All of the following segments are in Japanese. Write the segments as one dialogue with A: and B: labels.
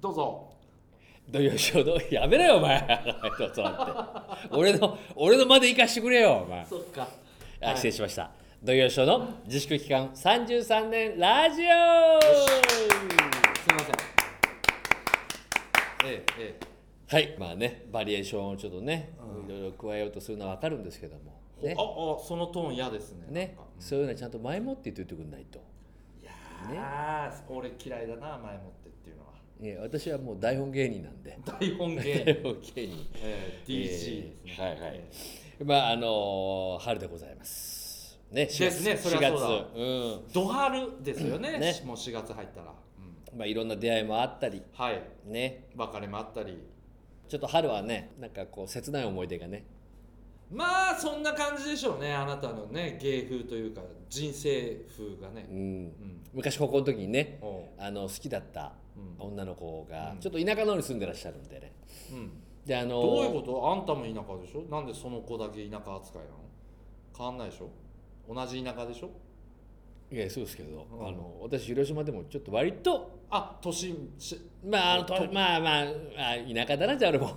A: どうぞ
B: どよしおどやめろよお前どうぞって俺の俺のまで生かしてくれよお前
A: そっか
B: あ
A: はい
B: 失礼しました土曜ショーの自粛期間33年ラジオ
A: すいませんええええ
B: はいまあねバリエーションをちょっとね、いろいろ加えようとするのは分かるんですけどもね
A: ああそのトーン嫌ですね
B: ね
A: なんか
B: そういうのはちゃんと前もって言っておいてくんないと
A: いやー、俺嫌いだな前もってっていうのは
B: え私はもう台本芸人なんで
A: 台本 芸人
B: 台本芸人
A: ええ DG ですね、
B: えーはいはい
A: ええ
B: まああのー春でございますね4月
A: ですねそりゃそうだ
B: 4月う
A: ド春ですよね,、
B: ね
A: もう4月入ったら、うん
B: んまあいろんな出会いもあったり
A: はい
B: ね
A: 別れもあったり
B: ちょっと春はねなんかこう切ない思い出がね
A: まあそんな感じでしょうねあなたのね芸風というか人生風が
B: う
A: ね
B: ん
A: うん
B: 昔高校の時にね
A: おう
B: あの好きだった
A: うん
B: 女の子が
A: うん
B: ちょっと田舎の方に住んでらっしゃるんでね
A: うん
B: であの
A: どういうことあんたも田舎でしょなんでその子だけ田舎扱いなの変わんないでしょ同じ田舎でしょ
B: いやそうですけど、
A: うん
B: あの私広島でもちょっと割と
A: あ都心し
B: まああのとまあまああ田舎だなじゃあ俺も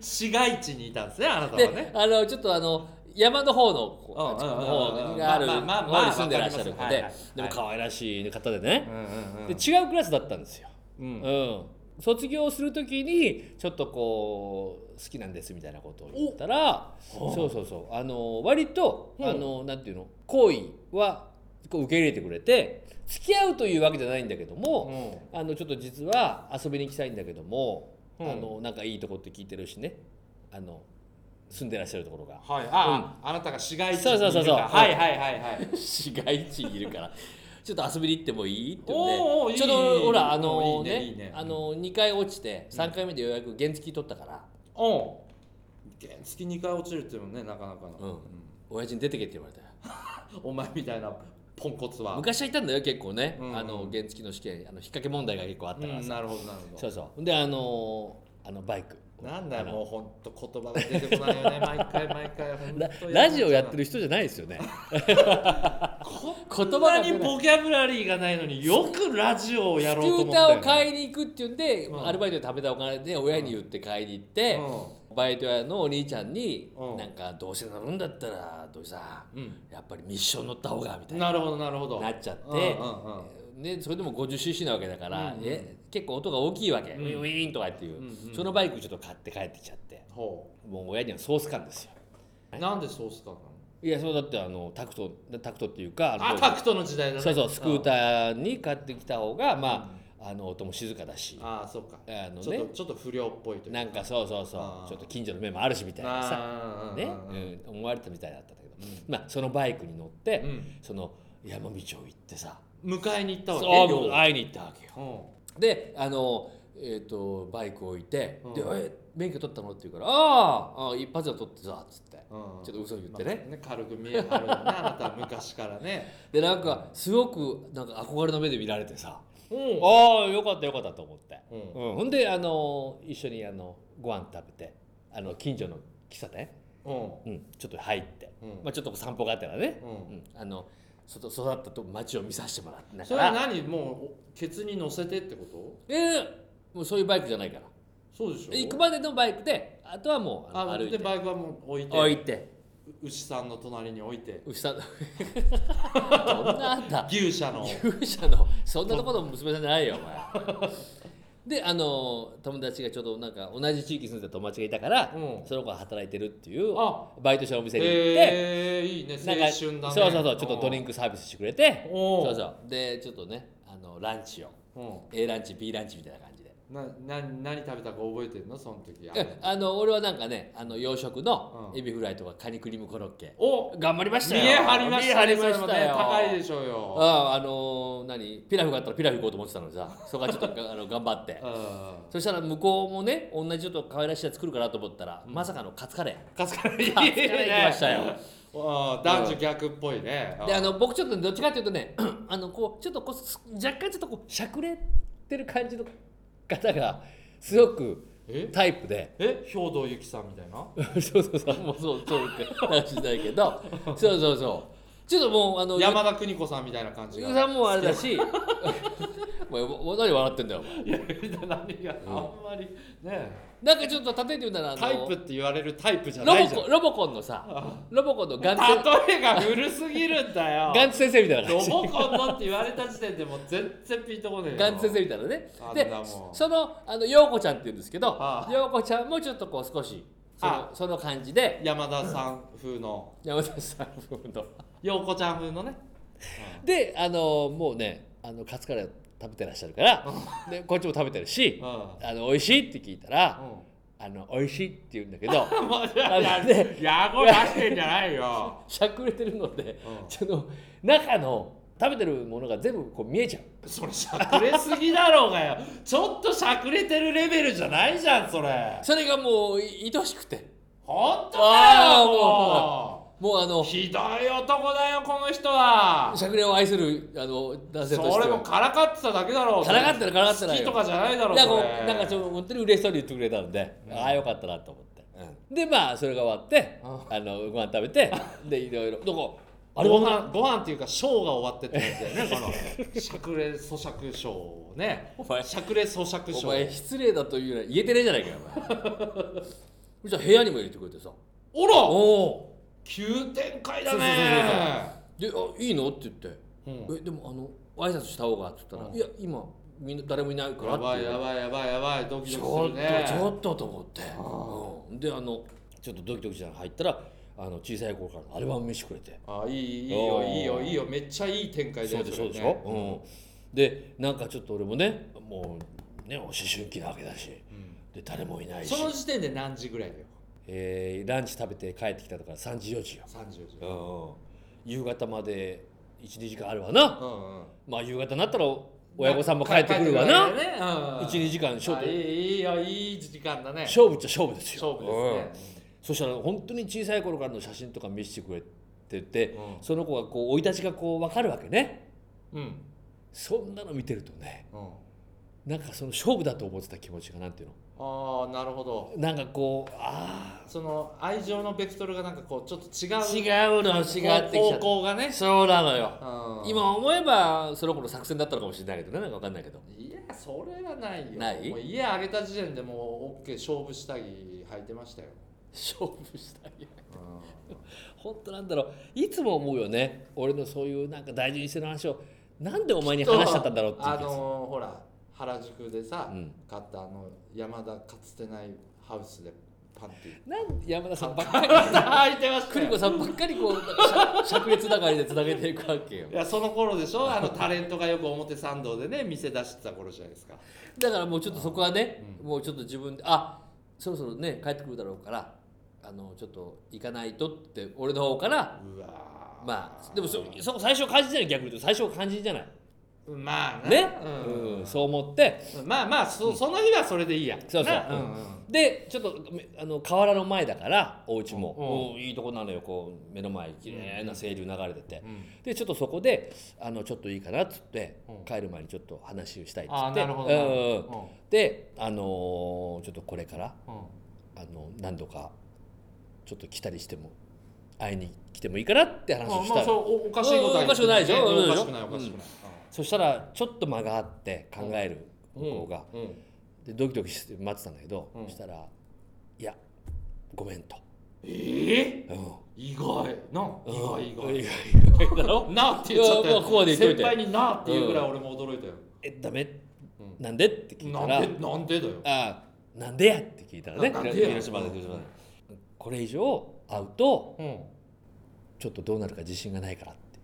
A: 市街地にいたんですねあなたは
B: で
A: ね
B: あのちょっとあの山の方のこう
A: うんうんうん
B: 方がある
A: まあまあまあ
B: 方に住んでらっしゃる子
A: わかり
B: で
A: ます
B: で
A: はいは
B: も
A: い
B: 可愛らしい方でね
A: うんうん
B: で違うクラスだったんですよ
A: うんうん
B: うん、卒業するときにちょっとこう好きなんですみたいなことを言ったらそうそうそうあの割と、
A: うん
B: あのなんていうの好意はこう受け入れてくれて付き合うというわけじゃないんだけども、
A: うん
B: あのちょっと実は遊びに行きたいんだけども、
A: うん
B: あのなんかいいとこって聞いてるしねあの住んでらっしゃるところが
A: はいあ、あなたが市街地にい
B: そう
A: るか
B: そうそうそう
A: はいはいはいはい
B: 市街地にいるから ちょっと遊びに行ってもいいって言うんで
A: おーおーいい
B: ちょうどほらあの
A: いい
B: ね
A: ねいいね
B: あの2回落ちて3回目でようやく原付取ったから、
A: おう原付2回落ちるっていうのねなかなかの、
B: うん親父に出てけって言われたよ
A: お前みたいなポンコツは
B: 昔はいたんだよ結構ね、
A: うん
B: あの原付の試験あの引っ掛け問題が結構あったから
A: うん、
B: さ、
A: なるほどなるほ
B: そう
A: ど
B: そうであのーあのバイク
A: なんだ
B: あ
A: よ
B: の
A: もうほんと言葉が出てこないよね毎回毎回ほん
B: ラ
A: と
B: ラジオやって
A: る
B: る人じゃないですよね
A: こ
B: 言
A: ん
B: 葉
A: な
B: が出
A: に
B: ない
A: ボキャブラリーがないのによくラジオを
B: ス
A: や
B: ク
A: ろうと思っ
B: ータ
A: たよ、ね、
B: ーを買いに行くって言うんで、
A: うん
B: アルバイトで貯めたお金で親に言って買いに行って、バイト屋のお兄ちゃんに、
A: うん
B: なんかどうせ乗るんだったら土井さん
A: うん、
B: やっぱりミッション乗った方がみた
A: うん
B: い
A: な
B: な
A: るほどなるほど
B: なっちゃって、
A: うんうん
B: ね、それでも 50cc なわけだから、
A: うんうん
B: え結構音が大きいわけ、
A: うん
B: ウィンウィーンとかっていう、
A: うんうん
B: そのバイクちょっと買って帰ってきちゃって
A: ほ
B: もう親にはソース感ですよ
A: うなんでそうしたの
B: いやそうだってあのタクトタクトっていうかの
A: あタクトの時代だね
B: そうそうスクータ
A: ー
B: ーに買ってきた方が、まああの音も静かだし
A: ああそうか
B: あの
A: ちょっ
B: ね
A: とちょっと不良っぽいという
B: なんかそうそうそう
A: あー
B: ちょっと近所の目もあるしみたいなさ
A: あー
B: ね、
A: うんうん
B: うん、思われたみたいだったんだけど、まあ、そのバイクに乗って、
A: うん
B: その山道を行ってさ
A: 迎えに行ったわけ
B: そう
A: 要は
B: 会いに行ったわけよであの、えー、とバイクを置いて「
A: うん
B: でえ免許取ったの?」って言うから「あーあー一発は取ってさ」っつって
A: うんうん
B: ちょっと嘘言ってね
A: まあ軽く見え張るよね あなたは昔からね
B: でなんかすごくなんか憧れの目で見られてさ
A: うん
B: ああよかったよかったと思って、
A: うん
B: うん、ほんであの一緒にあのご飯食べてあの近所の喫茶店、
A: うん
B: うん、ちょっと入って、
A: うん
B: まあ、ちょっと散歩があったらね、
A: うん
B: うんあのそと育ったと街を見させてもらってだ
A: そ
B: か
A: れは
B: ら
A: 何もうケツに乗せてってこと
B: えもうそういうバイクじゃないから
A: そうでしょ
B: 行くまでのバイクであとはもうあの
A: あ
B: 歩い
A: で
B: て
A: バイクはもう置いて
B: 置いて
A: 牛さんの隣に置いて
B: 牛さんどんなあんた
A: 牛舎の
B: 勇者のそんなところの娘さんじゃないよお前であの友達がちょうどなんか同じ地域に住んでた友達がいたから、
A: うん
B: その子が働いてるっていう
A: あ
B: バイトしたお店に行って、
A: えー、いいね
B: な
A: 青
B: んか
A: 春だね
B: そうそうそうちょっとドリンクサービスしてくれて
A: おう
B: そうそうでちょっとねあのランチを
A: ク、うん
B: A ランチ B ランチみたいな感じで
A: なな何食べたか覚えてんのその時
B: うんあの俺はなんかねあの洋食の
A: うん
B: エビフライとかカニクリームコロッケ、
A: お
B: 頑張りましたよ
A: 見え張りました
B: 見
A: ね
B: え張りましたよ
A: それもね高いでしょうよ
B: あああのー何ピラフがあったらピラフ行こうと思ってたのにさそこはちょっとがあの頑張って
A: うん
B: そしたら向こうもね同じちょっと可愛らしいやつ作るかなと思ったら、まさかのカツカレー
A: カツカレー
B: カツカレー行きましたよ
A: あー男女逆っぽいね
B: であの僕ちょっとどっちかっていうとね あのこうちょっとこうす若干ちょっとこうしゃくれてる感じの方がすごく
A: え
B: タイプで
A: え兵藤由紀さんみたいな
B: そうそうそうもうそうそうって話しないけどそうそうそちょっともうあの
A: 山田邦子さんみたいな感じ
B: ゆ
A: が
B: うさんもあれだしお前お何笑ってんだよお前
A: いや何があんまりねえ
B: なんかちょっと例えて言うならあの
A: タイプって言われるタイプじゃ
B: ロ
A: な
B: ボ
A: いじゃん
B: コロボコンのさロボコンのガンツ
A: 例えが古すぎるんだよ
B: ガンツ先生みたいな
A: ロ
B: 感じ
A: ボコンのって言われた時点でもう全然ピンとこねえよ
B: ガンツ先生みたいなね
A: あん
B: で
A: なもん
B: そのあの陽子ちゃんって言うんですけど
A: ああ
B: 陽子ちゃんもちょっとこう少しそのその感じで
A: 山田さん風の
B: 山田さん風の
A: 陽子ちゃん風のね
B: であのもうねあのカツカレー食べてらっしゃるからでこっちも食べてるし
A: うん
B: あの美味しいって聞いたら
A: う
B: あの美味しいって言うんだけど
A: んもうい
B: あ
A: や
B: の
A: い
B: ね
A: ややご出してんじゃないよ
B: しゃくれてるので、
A: うん
B: その中の食べてるものが全部こう見えちゃう
A: それしゃくれすぎだろうがよちょっとしゃくれてるレベルじゃないじゃんそれ
B: それがもうい愛しくて
A: 本当だ
B: あー
A: よ
B: もう
A: も
B: もうあの
A: うひどい男だよこの人は
B: しゃくれを愛するあの男性として
A: それもからかってただけだろう
B: からかってるからかって
A: 好
B: ない
A: き
B: よ
A: とかじゃないだろう
B: な
A: そ
B: んかもう
A: れ
B: なんかちょっと本当に嬉しそうに言ってくれたので、ああよかったなと思って、でまあそれが終わって
A: うん
B: あのご飯食べ てでいろいろどこあれ
A: ご飯ご飯っていうかショーが終わってって感じだよねこ のしゃくれ咀嚼ショーをね
B: お前
A: しゃくれ咀嚼シ
B: お
A: ョ
B: 前
A: ー
B: 失礼だというより言えてねえじゃないかよ お前じゃあ部屋にも入れてくれてさ
A: おら
B: おお
A: 急展開だ
B: そ
A: ね
B: であいいのって言って、
A: うん
B: えでもあの挨拶した方がって言ったら、
A: うん
B: いや今みんな誰もいないから
A: や
B: って言う
A: ばいやばいやばいやばいドキ
B: ち
A: ドキす
B: ょ
A: る
B: っと、
A: ね
B: ちょっとと思って、うん、であのちょっとドキドキしながら入ったらあの小さい頃からのアルバム見せてくれて
A: あいいいいよ
B: おー
A: いいよいいよめっちゃいい展開だ
B: そう
A: よ
B: でし
A: そ
B: ょ
A: れ
B: で
A: ね
B: しょ、うん、でなんかちょっと俺もねもうね思春期なわけだし
A: うん
B: で誰もいないし
A: そ、の時点で何時ぐらいだよ
B: えーランチ食べて帰ってきたとから3時4時よ、
A: 30時
B: うん、夕方まで12時間あるわな
A: うんうん
B: まあ夕方になったら親御さんも帰ってくるわ
A: 帰っ
B: な
A: てくるわねうん
B: 12時間ショー
A: あ
B: ト
A: いいいいよいい時間だね
B: 勝負っちゃ勝負ですよ
A: 勝負ですね
B: うんそしたら本当に小さい頃からの写真とか見せてくれてて、
A: うん
B: その子がこう生い立ちがこう分かるわけね
A: うん
B: そんなの見てるとね
A: うん
B: なんかその勝負だと思ってた気持ちがなんていうの
A: ああなるほど
B: なんかこうあ
A: その愛情のベクトルがなんかこうちょっと違
B: あ
A: う
B: 違うの違ってきちゃっ
A: 方
B: た
A: 向がね、
B: そうなのよ
A: うん、
B: 今思えばその子の作戦だったのかもしれないけどねなんか分かんないけど
A: いやそれはないよ
B: ない
A: もう家あげた時点でもう OK 勝負下着履いてましたよ、
B: 勝負したいよ
A: う
B: 本当なんだろういつも思うよね俺のそういうなんか大事にしてる話をなんでお前に
A: ん、
B: 話しちゃったんだろうっていう
A: あ
B: 気がする
A: のーほら原宿でさ、
B: うん
A: 買ったあの山田かつてないハウスでパン ティ
B: なんで山田さんばっかり
A: 履いてまし
B: ク
A: た
B: リ
A: よ
B: コさんばっかりこうなんかしゃくれつながりでつなげていくわけよ
A: いやその頃でしょあのタレントがよく表参道でね店出してた頃じゃないですか
B: だからもうちょっとそこはね、
A: う
B: もうちょっと自分であそろそろね帰ってくるだろうからあのちょっと行かないとって俺の方から
A: うわー
B: まあでもそそこ最初肝心じゃない逆に言うと最初肝心じゃない
A: まあな
B: ね、
A: うん
B: うんそう思って
A: まあまあそその日はそれでいいや。
B: そうそう
A: なうんうん
B: でちょっとめあの河原の前だからお家も
A: う、
B: うんいいとこなのよこう目の前綺麗な清流流れてて、
A: うん
B: でちょっとそこであのちょっといいかなっつって、
A: うん
B: 帰る前にちょっと話をしたいっつって
A: ああなるほどな
B: う
A: る
B: ん
A: ほ
B: うんうん
A: ど。
B: であのーちょっとこれから
A: うんうん
B: あの何度かちょっと来たりしても会いに来てもいいかなって話
A: ま
B: を
A: あ
B: した
A: まあ
B: の、
A: そうおおかしいことは
B: うんおかしくないでしょ
A: ね
B: うん
A: おかしくないおかしくない。
B: そしたらちょっと間があって考える
A: う
B: 向
A: ん
B: こうが、
A: うん
B: でドキドキして待ってたんだけど、
A: うん
B: そしたら「いやごめん」と。
A: ええ
B: うん
A: 意外な意外
B: うん
A: 意
B: 意
A: 外。
B: 外意外だろ
A: なって言っちゃった
B: いや
A: よ。
B: まあここまで言っといて
A: 先輩になっていうぐらい俺も驚いたよ。
B: えダメ
A: う
B: なんでって聞い
A: んな
B: たら
A: んでなんでだよ。
B: ああなんでやって聞いたらね
A: ななんでや
B: 広島で広島でこれ以上会うと
A: うん。
B: ちょっとどうなるか自信がないからって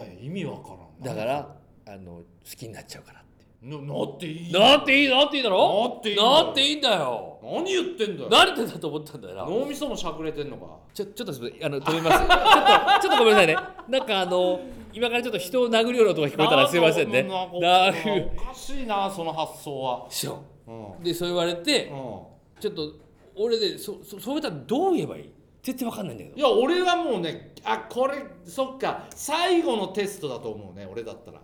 A: だよ意味わからん。
B: だからあの好きになっちゃうからって
A: ななっていい。
B: なっていいなっていいだろ
A: なっていい。
B: なっていいんだよ
A: 何言ってんだよ。
B: 慣れてたと思ったんだよな
A: 脳みそもしゃくれてんのか。
B: ちょちょっとすいませんあの止めますちょっとちょっとごめんなさいねなんかあの今からちょっと人を殴るような音が聞こえたらすいませんね
A: なんか
B: 殴る
A: おかしいなその発想は。
B: そ
A: うん。
B: うでそう言われて、
A: う
B: ちょっと俺でそそそういったらどう言えばいい絶対わかんないんだけ
A: ん。いや俺はもうねあこれそっか最後のテストだと思うね俺だったら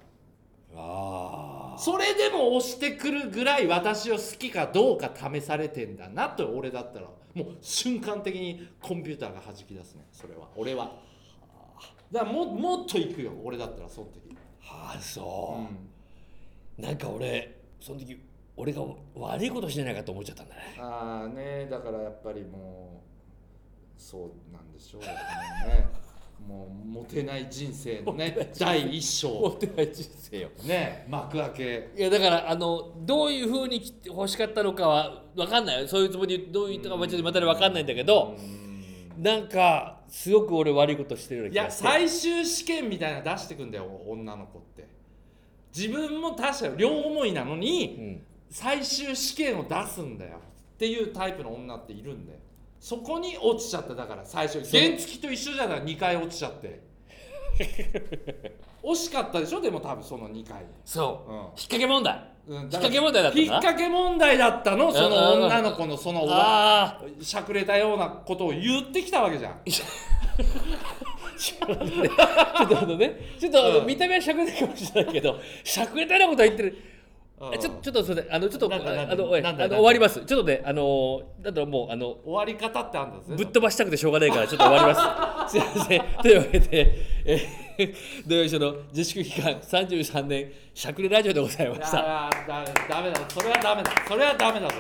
B: どあ
A: それでも押してくるぐらい私を好きかどうか試されてんだなと俺だったらもう瞬間的にコンピューターが弾き出すねそれは俺はだからももっと行くよ俺だったらその時
B: あそうう、
A: ん
B: なんか俺その時俺が悪いことしてないかと思っちゃったんだね
A: ああねだからやっぱりもうそうなんで しょうねねもうモテない人生のね第一
B: 持
A: 章
B: ってない人生よ
A: ね幕開け
B: いやだからあのどういうふうに来て欲しかったのかは分かんないよそういうつもりどう言ったかはちょっとまた分かんないんだけど、
A: うん
B: なんかすごく俺悪いことしてるよう
A: い
B: な気
A: や
B: がして
A: 最終試験みたいなの出してくんだよ女の子って自分も他者両思いなのに
B: うん、
A: 最終試験を出すんだよっていうタイプの女っているんだよそこに落ちちゃっただから最初
B: そう
A: 原付と一緒じゃない2回落ちちゃって 惜しかったでしょでも多分その2回
B: そう
A: うん
B: 引っ掛け問題
A: うん
B: 引っ
A: だか
B: 掛
A: ら
B: け問題だった
A: 引っ
B: んだ
A: 掛け問題だったのその
B: うん
A: 女の子のそのわ
B: あ
A: しゃくれたようなことを言ってきたわけじゃん
B: あ ちょっとあのねちょっとあの、
A: うん
B: 見た目はしゃくれてるかもしれない けどしゃくれたようなことは言ってる
A: うん
B: ちょちょっとすみませんあのちょっとあ
A: なんだなんだ
B: のおい
A: な
B: あ
A: んだな
B: の
A: んだ
B: 終わりますちょっとねあのだともうあの
A: 終わり方ってあるんですね
B: ぶっ飛ばしたくてしょうがないからちょっと終わ ります。すいません。というわけで、えー、土曜日の自粛期間33年しゃくれラジオでございま
A: い
B: した。
A: やーだだめだそれはダメだそれはダメだぞ